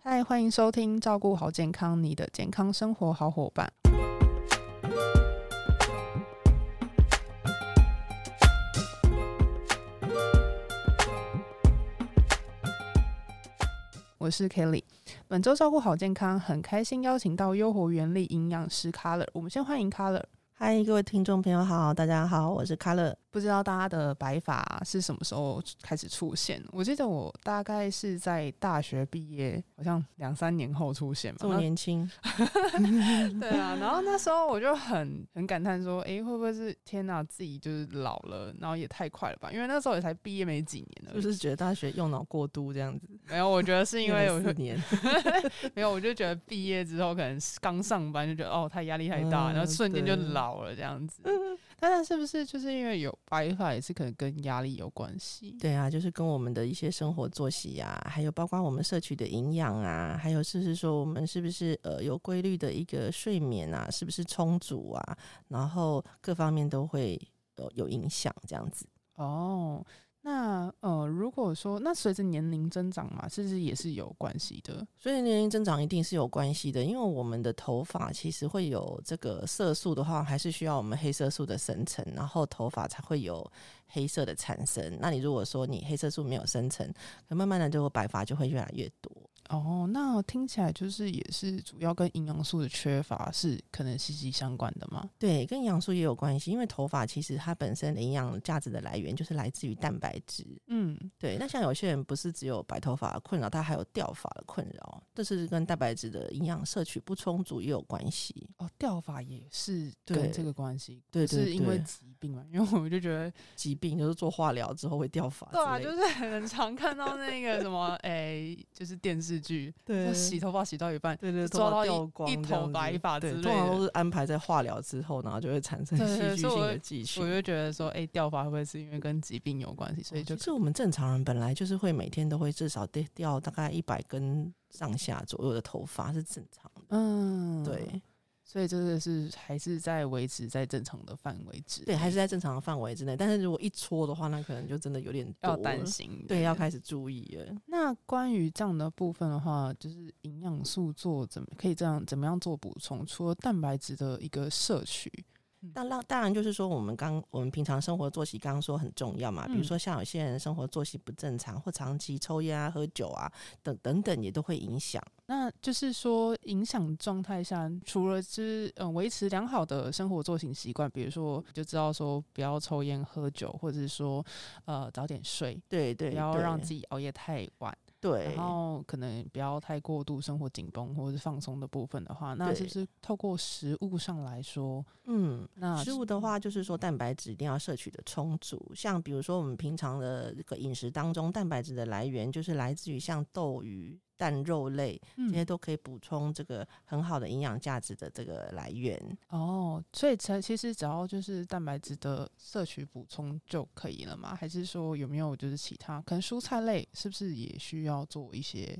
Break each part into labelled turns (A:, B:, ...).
A: 嗨，欢迎收听《照顾好健康》，你的健康生活好伙伴。我是 Kelly，本周照顾好健康，很开心邀请到优活原力营养师 Color，我们先欢迎 Color。
B: 嗨，各位听众朋友好，大家好，我是卡乐。
A: 不知道大家的白发是什么时候开始出现？我记得我大概是在大学毕业，好像两三年后出现嘛。
B: 这么年轻，
A: 那 对啊，然后那时候我就很很感叹说，诶，会不会是天哪，自己就是老了，然后也太快了吧？因为那时候也才毕业没几年而
B: 就
A: 已。
B: 是觉得大学用脑过度这样子，
A: 没有，我觉得是因为我
B: 四
A: 就
B: 年，
A: 没有，我就觉得毕业之后可能是刚上班就觉得哦，太压力太大，
B: 嗯
A: 然后瞬间就
B: 对
A: 老了这样子。但是是不是就是因为有白发也是可能跟压力有关系？
B: 对啊，就是跟我们的一些生活作息啊，还有包括我们摄取的营养啊，还有就是说我们是不是呃有规律的一个睡眠啊，是不是充足啊，然后各方面都会有有影响这样子。
A: 哦，那呃，如果说那随着年龄增长嘛，是不是也是有关系的？
B: 所以年龄增长一定是有关系的，因为我们的头发其实会有这个色素的话，还是需要我们黑色素的生成，然后头发才会有黑色的产生。那你如果说你黑色素没有生成，可慢慢的就白发就会越来越多。
A: 哦，那听起来就是也是主要跟营养素的缺乏是可能息息相关的嘛？
B: 对，跟营养素也有关系，因为头发其实它本身的营养价值的来源就是来自于蛋白质。
A: 嗯，
B: 对，那像有些人不是只有白头发的困扰，他还有掉发的困扰，这是跟蛋白质的营养摄取不充足也有关系。
A: 哦，掉发也是
B: 对
A: 跟这个关系，
B: 对
A: 不是
B: 对
A: 因为
B: 对
A: 疾病嘛？因为我们就觉得，
B: 疾病就是做化疗之后会掉发之
A: 对啊，
B: 类的，
A: 就是很常看到那个什么，哎，就是电视剧，说洗头发洗到一半，
B: 对对，
A: 就抓
B: 头
A: 到
B: 发
A: 一
B: 掉光
A: 一
B: 这
A: 头
B: 样子
A: 白发
B: 对
A: 之
B: 通常
A: 类的
B: 都是安排在化疗之后，然后就会产生
A: 对对
B: 戏
A: 对所以
B: 剧性
A: 我
B: 的继续
A: 我。就觉得说，哎，掉发会不会是因为跟疾病有关系？所以就
B: 其实我们正常人本来就是会每天都会至少掉掉大概一百根上下左右的头发是正常的，
A: 嗯，
B: 对、
A: 所以真的是还是在维持在正常的范围之内，
B: 对，还是在正常的范围之内。但是如果一戳的话，那可能就真的有点多
A: 要
B: 了
A: 担，心。
B: 对，要开始注意了。
A: 那关于这样的部分的话，就是营养素做怎么可以这样怎么样做补充？除了蛋白质的一个摄取，
B: 那让当然就是说，我们刚我们平常生活作息刚刚说很重要嘛，比如
A: 嗯
B: 说像有些人生活作息不正常，或长期抽烟啊、喝酒啊等等等，也都会影响。
A: 那就是说影响状态下，除了就是嗯维持良好的生活作息习惯，比如说就知道说不要抽烟喝酒，或者是说呃早点睡，
B: 对对，
A: 不要
B: 对
A: 让自己熬夜太晚。
B: 对
A: 然后可能不要太过度生活紧绷或者是放松的部分的话，那
B: 对
A: 是不是透过食物上来说，
B: 嗯。
A: 那
B: 食
A: 是
B: 物的话，就是说蛋白质一定要摄取的充足。像比如说我们平常的这个饮食当中，蛋白质的来源就是来自于像豆鱼、蛋肉类，这些
A: 嗯
B: 都可以补充这个很好的营养价值的这个来源。
A: 哦，所以才其实只要就是蛋白质的摄取补充就可以了嘛？还是说有没有就是其他可能蔬菜类是不是也需要做一些？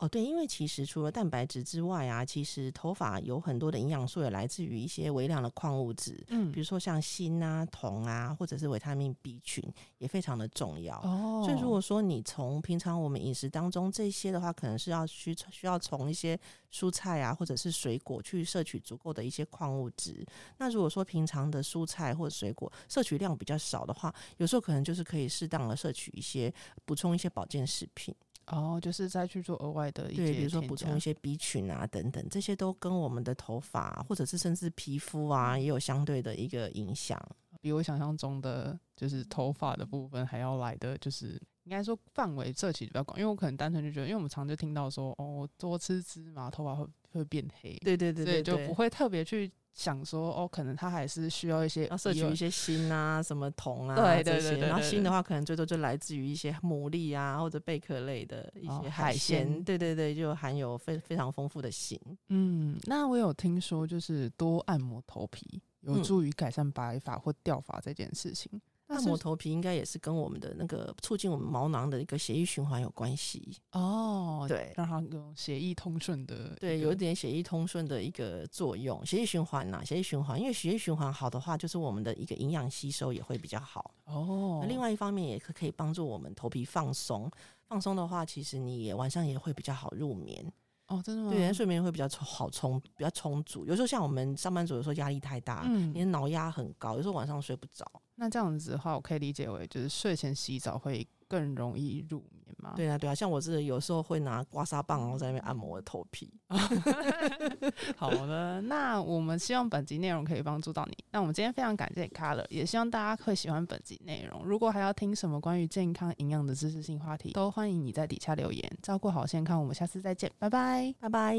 B: 哦，对，因为其实除了蛋白质之外啊，其实头发有很多的营养素也来自于一些微量的矿物质，
A: 嗯
B: 比如说像锌啊、铜啊，或者是维他命 B 群，也非常的重要。
A: 哦，
B: 所以如果说你从平常我们饮食当中这些的话，可能是要需需要从一些蔬菜啊，或者是水果去摄取足够的一些矿物质。那如果说平常的蔬菜或者水果摄取量比较少的话，有时候可能就是可以适当的摄取一些补充一些保健食品，
A: 哦，就是再去做额外的一些添
B: 对，
A: 加，
B: 比如说补充一些 B 群啊等等，这些都跟我们的头发啊或者是甚至皮肤啊也有相对的一个影响。
A: 比我想象中的就是头发的部分还要来的，就是应该说范围摄取比较广，因为我可能单纯就觉得，因为我们常就听到说，哦，多吃芝麻头发会会变黑，
B: 对对对
A: 所
B: 对，
A: 以就不会特别去想说，哦，可能它还是需要一些
B: 要摄取
A: 额外
B: 一些锌啊、什么铜啊
A: 对对
B: 这
A: 对
B: 些
A: 对对
B: 然后
A: 对
B: 锌的话，可能最多就来自于一些牡蛎啊或者贝壳类的一
A: 哦
B: 些
A: 海
B: 鲜。
A: 鲜
B: 对对对，就含有非非常丰富的锌。
A: 嗯，那我有听说就是多按摩头皮有
B: 嗯
A: 助于改善白发或掉发这件事情。那
B: 按
A: 是不
B: 摩
A: 是
B: 头皮应该也是跟我们的那个促进我们毛囊的一个血液循环有关系。
A: 哦，，
B: 对
A: 让它有血液通顺的，
B: 对，有一点血液通顺的一个作用，血液循环呐、血液循环，因为血液循环好的话，就是我们的一个营养吸收也会比较好。
A: 哦
B: 那。另外一方面也可可以帮助我们头皮放松，放松的话，其实你也晚上也会比较好入眠。
A: 哦，真的吗？
B: 对，人睡眠会比较充好充比较充足。有时候像我们上班族，有时候压力太大，
A: 嗯
B: 你的脑压很高，有时候晚上睡不着。
A: 那这样子的话，我可以理解为就是睡前洗澡会更容易入眠吗？
B: 对啊，对啊，像我这个有时候会拿刮痧棒，然后在那边按摩我的头皮。
A: 好的，那我们希望本集内容可以帮助到你。那我们今天非常感谢 Color，也希望大家会喜欢本集内容。如果还要听什么关于健康营养的知识性话题，都欢迎你在底下留言。照顾好健康，我们下次再见，拜拜。
B: 拜拜。